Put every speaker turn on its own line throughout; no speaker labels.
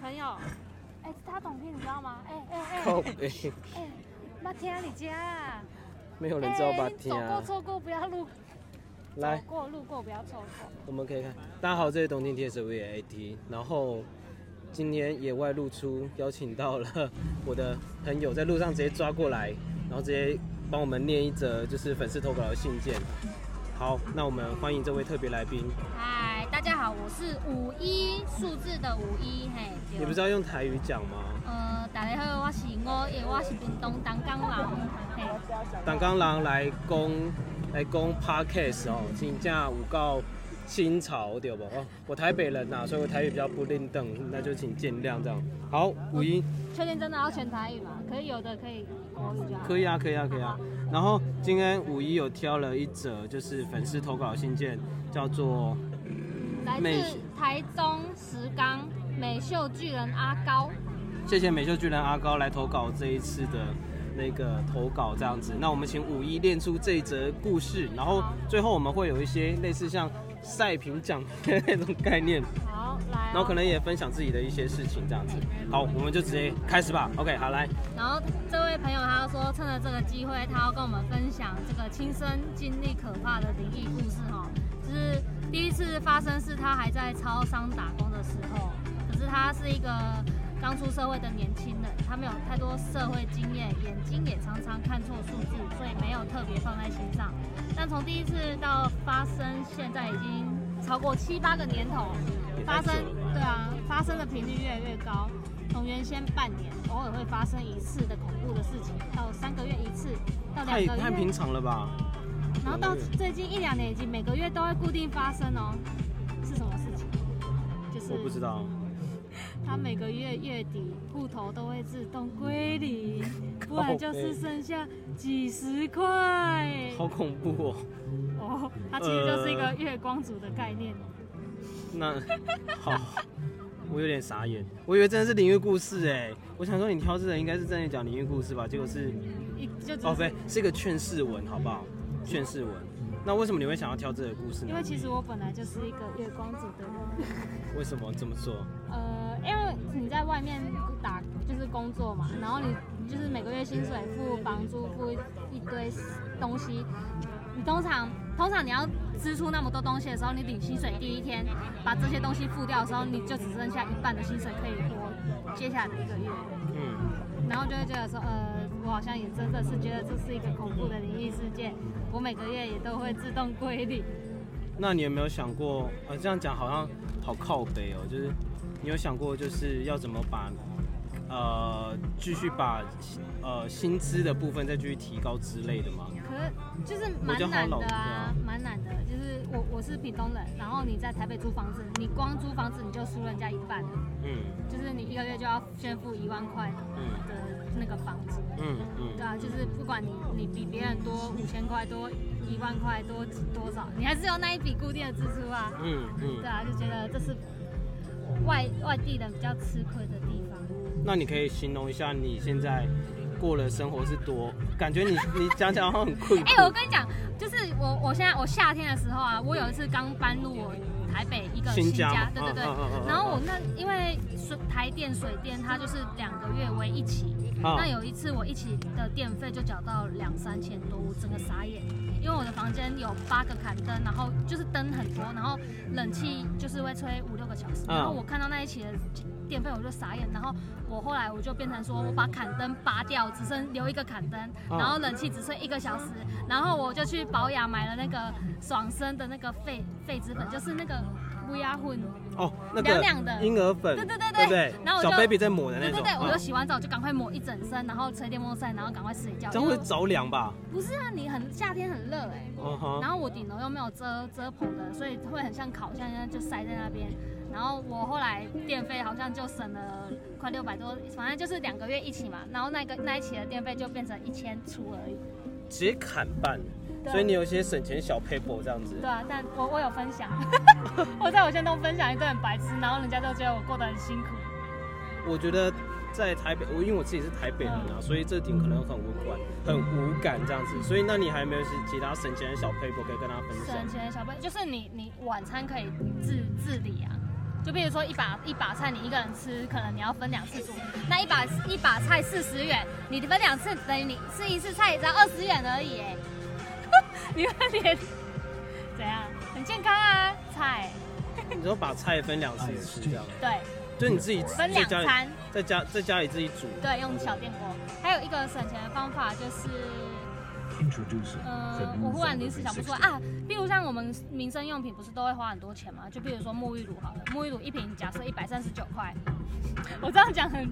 朋友，哎、他懂屁，你知道吗？哎哎哎，
靠背，
哎，妈天啊，你家啊！
没有人知道
哎
吧？
你
听
走过
啊，
错过不要路，走
来，
过路过不要错过。
我们可以看。大家好，这里是东京 TSV AT，然后今天野外露出，邀请到了我的朋友，在路上直接抓过来，然后直接帮我们念一则就是粉丝投稿的信件。好，那我们欢迎这位特别来宾。
嗨，大家好，我是五一数字的五一，嘿，对
你不知道用台语讲吗？
呃，大家好，我是我，也我是屏东东港人，嘿，
当刚人来攻来攻 podcast 哦，真正有够新潮对不？哦，我台北人呐、所以我台语比较不灵登，那就请见谅这样。好，五一
确定真的要全台语吗？可以有的可以国语就好。
可以啊，可以啊，可以啊。然后今天五一有挑了一则，就是粉丝投稿信件，叫做
来
美
自台中石冈美秀巨人阿高，
谢谢美秀巨人阿高来投稿这一次的那个投稿这样子。那我们请五一练出这一则故事，然后最后我们会有一些类似像赛评奖那种概念。
好，来、哦。
然后可能也分享自己的一些事情这样子。好，我们就直接开始吧。OK，好来，
然后这位朋友他说，趁着这个机会，他要跟我们分享这个亲身经历可怕的灵异故事哈、哦。就是第一次发生是他还在超商打工的时候，可是他是一个刚出社会的年轻人，他没有太多社会经验，眼睛也常常看错数字，所以没有特别放在心上。但从第一次到发生，现在已经超过七八个年头，
也
发
太久
生
了吧
对啊，发生的频率越来越高，从原先半年偶尔会发生一次的恐怖的事情，到三个月一次，到两
太
个
太
月
平，常了吧？
嗯然后到最近一两年已经每个月都会固定发生哦。是什么事情？就
我不知
是
道，
他每个月月底户头都会自动归 零，不然就是剩下几十块。嗯
好呃恐怖哦。
哦，它其实就是一个月光族的概念。
那好，我有点傻眼，我以为真的是灵异故事哎。我想说你挑这个应该是真的讲灵异故事吧，结果是
一就只
哦
是
对，是一个劝世文，好不好？劝世文。那为什么你会想要挑这个故事
嗯因
呢
为？其实我本来就是一个月光族的人，
为什么这么说？
呃，因为你在外面打就是工作嘛，然后你你就是每个月薪水付房租付一堆东西，你通常通常你要支出那么多东西的时候，你领薪水第一天把这些东西付掉的时候，你就只剩下一半的薪水可以活接下来的一个月，
嗯，
然后就会觉得说，呃，我好像也真的是觉得这是一个恐怖的灵异事件，我每个月也都会自动归零。
那你有没有想过？呃，这样讲好像好靠北哦，就是你有想过就是要怎么把呃继续把呃薪资的部分再继续提高之类的吗？
可是就是
我
蛮
觉得好
难
老
的啊
啊，
蛮难的。就是我我是屏东人，然后你在台北租房子，你光租房子你就输人家一半了，
嗯
就是你一个月就要先付一万块
嗯
的那个房子，
嗯
对
嗯，
啊，就是不管你你比别人多五千块多一万块多多少，你还是有那一笔固定的支出啊，
嗯
对
嗯。
啊，就觉得这是外外地人比较吃亏的地方。
那你可以形容一下你现在过的生活是多？感 觉你你讲讲好像很困苦。
哎、我跟你讲，就是我我现在我夏天的时候啊，我有一次刚搬入我台北一个
新
家，
家嘛
对对对。
嗯嗯嗯嗯
然后我那因为水台电水电它就是两个月为一期，
啊
哎那有一次我一起的电费就缴到两三千多，我整个傻眼，因为我的房间有八个砍灯，然后就是灯很多，然后冷气就是会吹五六个小时，
嗯
然后我看到那一期的电费我就傻眼，然后我后来我就变成说我把砍灯拔掉，只剩留一个砍灯，
嗯
然后冷气只剩一个小时，然后我就去保养买了那个爽身的那个痱痱子粉，就是那个乌鸦混。
哦，那个
凉凉的
婴儿粉，
对对对对
对不对
然后我
小
就
baby 在抹的那
对
种，
对对，我就
嗯
洗完澡就赶快抹一整身，然后吹电风扇，然后赶快睡觉。
这样会
因为
着凉吧？
不是啊，你很夏天很热哎、
嗯哼，
然后我顶楼又没有遮遮棚的，所以会很像烤箱一样就塞在那边。然后我后来电费好像就省了快六百多，反正就是两个月一起嘛。然后那个那一期的电费就变成一千出而已。
嗯直接砍半，
对
所以你有一些省钱小 paper 这样子。
对啊，但我我有分享， 我在我线都分享一堆很白痴，然后人家都觉得我过得很辛苦。
我觉得在台北，我因为我自己是台北人啊，
嗯
所以这点可能很无感，很无感这样子。所以那你还有没有是其他省钱的小 paper 可以跟大家分享
省？钱的小朋友就是你你晚餐可以自自理啊，就比如说一把一把菜，你一个人吃，可能你要分两次煮。那一把一把菜四十元，你分两次等于你吃一次菜也只要二十元而已。哎， 你们脸怎样？很健康啊，菜
你说把菜分两次吃这样，
对，
就你自己
分
在
两
家里
餐。
在家在家里自己煮，
对，用小电锅。还有一个省钱的方法就是，
Introducing
呃
the，
我
new
忽然
Volvo
临时想不出来
V60.
啊。比如像我们民生用品不是都会花很多钱吗？就比如说沐浴乳好了，沐浴乳一瓶假设一百三十九块，我这样讲很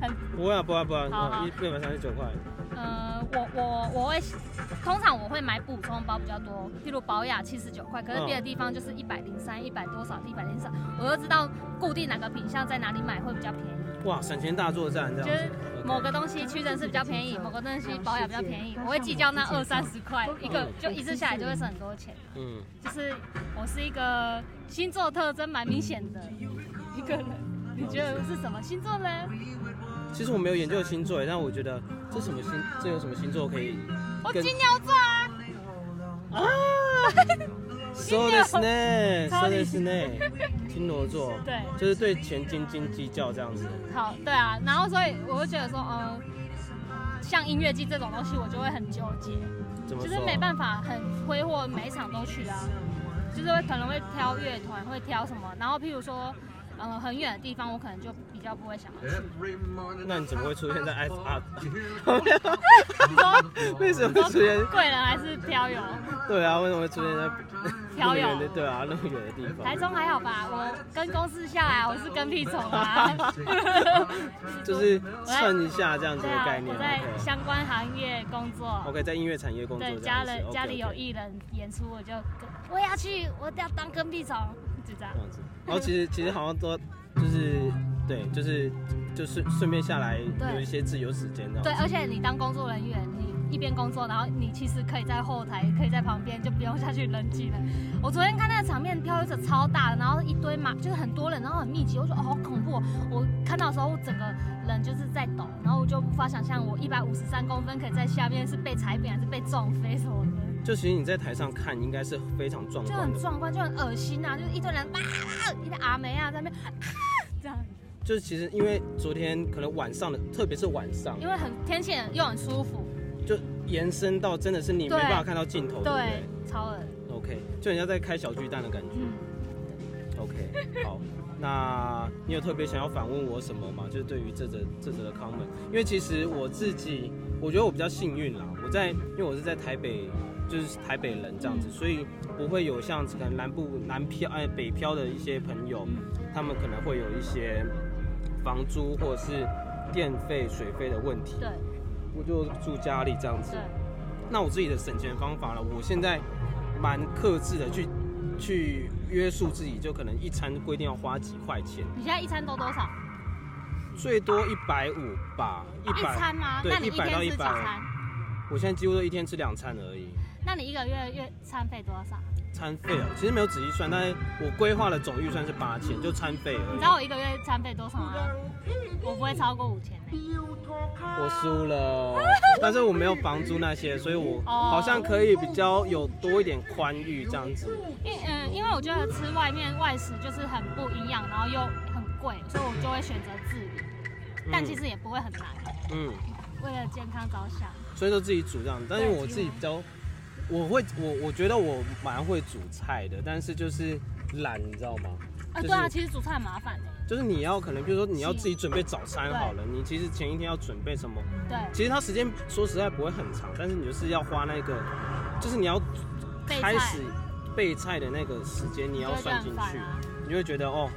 很
不会啊不会啊不会啊，
好好
哦一一百三十九块，
呃，我我我会，通常我会买补充包比较多，譬如保养七十九块，可是别的地方就是一百零三、一百多少、一百零三，我就知道固定哪个品项在哪里买会比较便宜，
哇，省钱大作战这
就
样
是
子，
某个东西屈臣氏比较便宜，某个东西保养比较便宜，我会计较那二三十块一个，就一次下来就会省很多钱。
嗯，
就是我是一个星座特征蛮明显的一个人，你觉得我是什么星座呢？
其实我没有研究星座，但我觉得这什么星，这有什么星座可以
我
跟
金牛座啊。
啊？说的是呢，说的是呢，金牛座，
对
就是对钱斤斤计较这样子，
好，对啊，然后所以我就觉得说，嗯、像音乐季这种东西，我就会很纠结，
怎么
就
说？
是没办法很挥霍，每一场都去啊，就是会可能会挑乐团，会挑什么，然后譬如说，呃，很远的地方，我可能就比较不会想要去。
那你怎么会出现在 F R？
你说
为什么会出现？
贵人还是漂游？
对啊，为什么会出现在那
漂
么
游
远的？对啊，那么远的地
台
方，
中还好吧？我跟公司下来，我是跟屁虫 啊。
就是蹭一下这样子
对
的
啊，
概念。
我在
OK
相关行业工作。
OK，在音乐产业工作这
对，
样子，
家人
OK，
家里有
OK
艺人演出，我就跟我也要去，我要当跟屁虫，就这样
这。样子。然后其实其实好像都就是对，就是就是顺便下来
对
有一些自由时间这
对，
样子。
而且你当工作人员，你一边工作，然后你其实可以在后台，可以在旁边，就不用下去人挤人。我昨天看那个场面，漂移者超大的，然后一堆马，就是很多人，然后很密集，我说哦好恐怖、哦。我看到的时候，我整个人就是在抖，然后我就无法想象我一百五十三公分可以在下面是被踩扁还是被撞飞什么的。
就其实你在台上看，应该是非常壮
就
观
很
的。
壮观，就很恶心啊！就是一堆人哇哇，一堆阿梅啊在那边啊这样，
就是其实因为昨天可能晚上的，特别是晚上，
因为很天气很又很舒服，
就延伸到真的是你没
对
办法看到尽头，对
对
不，
超恶
对？OK，就人家在开小巨蛋的感觉。
嗯，
OK，好，那你有特别想要反问我什么吗？就是对于这则这则的 comment，因为其实我自己，我觉得我比较幸运啦，我在因为我是在台北，就是台北人这样子，所以不会有像可能南部南漂哎北漂的一些朋友，他们可能会有一些房租或者是电费、水费的问题，
对
我就住家里这样子
对。，
那我自己的省钱方法了，我现在蛮克制的去去约束自己，就可能一餐规定要花几块钱，
你现在一餐都多少？
最多一百五吧，一
啊一
百。
餐吗？
对
那你一
100
天
到
吃几
120
餐？
我现在几乎都一天吃两餐而已，
那你一个月月餐费多少？
餐费哦，其实没有仔细算，但是我规划的总预算是八千，就餐费而
你
已
知。道我一个月餐费多少吗？我不会超过五千欸
我输了，哦但是我没有房租那些，所以我
哦
好像可以比较有多一点宽裕这样子。
因为嗯，因为我觉得吃外面外食就是很不营养，然后又很贵，所以我就会选择自理，但其实也不会很难，
嗯，
为了健康着想。
所以都自己煮这样。但是我自己比较，我会我我觉得我蛮会煮菜的，但是就是懒，你知道吗？
啊，
就是
对啊，其实煮菜很麻烦的，
就是你要可能，比如说你要
是
自己准备早餐好了，你其实前一天要准备什么？
对。
其实它时间说实在不会很长，但是你就是要花那个，就是你要
备菜
开始备菜的那个时间，你要算进去，
啊
你就会觉得哦，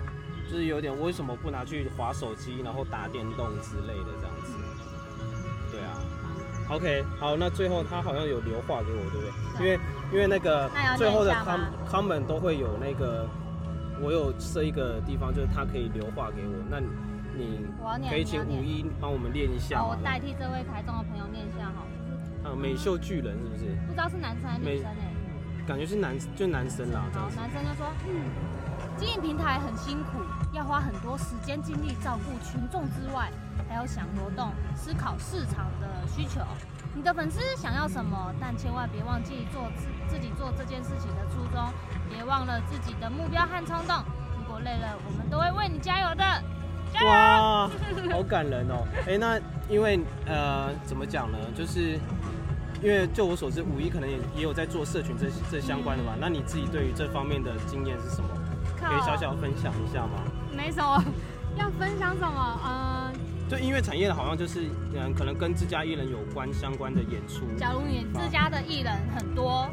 就是有点为什么不拿去划手机，然后打电动之类的这样子。对啊。OK，好，那最后他好像有留话给我，对不对？因为因为那个
那要
最后的
念一下
com
吗
comment 都会有那个，我有设一个地方，就是他可以留话给我。那你你
我要念
可以
你
请
要念
五一帮我们练一下
好，
吗
我代替这位台中的朋友念一下哈，
啊，美秀巨人是不是？
不知道是男生还是女生哎、
感觉是男，就男生啦，这
好
样，子。
男生就说，嗯，经营平台很辛苦，要花很多时间精力照顾群众之外，还要想活动，思考市场的需求。你的粉丝想要什么，但千万别忘记做自自己做这件事情的初衷，别忘了自己的目标和冲动。如果累了，我们都会为你加油的，加油！
哇，好感人哦！哎、那因为呃，怎么讲呢？就是因为就我所知，五一可能也也有在做社群这这相关的嘛。那你自己对于这方面的经验是什么？可以小小分享一下吗？
没什么 要分享什么，嗯、
呃就音乐产业好像就是嗯，可能跟自家艺人有关相关的演出。
假如你自家的艺人很多，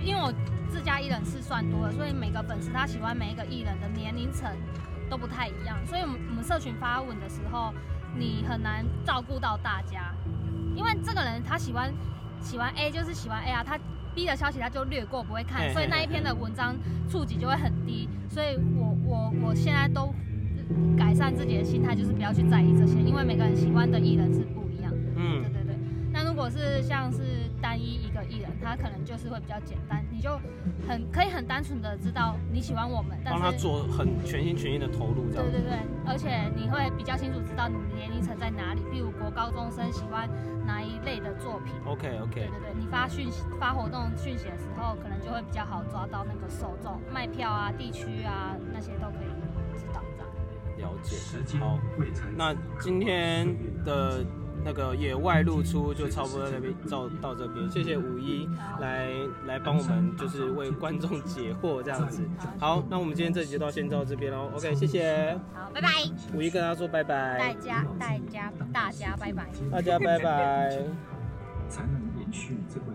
因为我自家艺人是算多的，所以每个粉丝他喜欢每一个艺人的年龄层都不太一样，所以我们我们社群发文的时候，你很难照顾到大家，因为这个人他喜欢喜欢 A 就是喜欢 A 啊，他 B 的消息他就略过不会
嘿
看，
嘿
所以那一篇的文章触及就会很低，所以我我我现在都改善自己的心态，就是不要去在意这些，因为每个人喜欢的艺人是不一样的。
嗯
对，对对。那如果是像是单一一个艺人，他可能就是会比较简单，你就很可以很单纯的知道你喜欢我们，但
帮他
是
做很全心全意的投入这样
对。对对，而且你会比较清楚知道你的年龄层在哪里，比如国高中生喜欢哪一类的作品。
OK
对
OK，
对对，你发讯息、发活动讯息的时候，可能就会比较好抓到那个受众、卖票啊、地区啊那些都可以知道这样。
了解
时。间
好，
未曾
那今天的那个野外露出就差不多那边到到这边，谢谢五一来来帮我们就是为观众解惑这样子。好，那我们今天这集就到先到这边喽。OK，谢谢
好，拜拜，
五一跟大家说拜
大
拜，
家、大家、大家，拜拜。
大家拜拜。
才能延续这块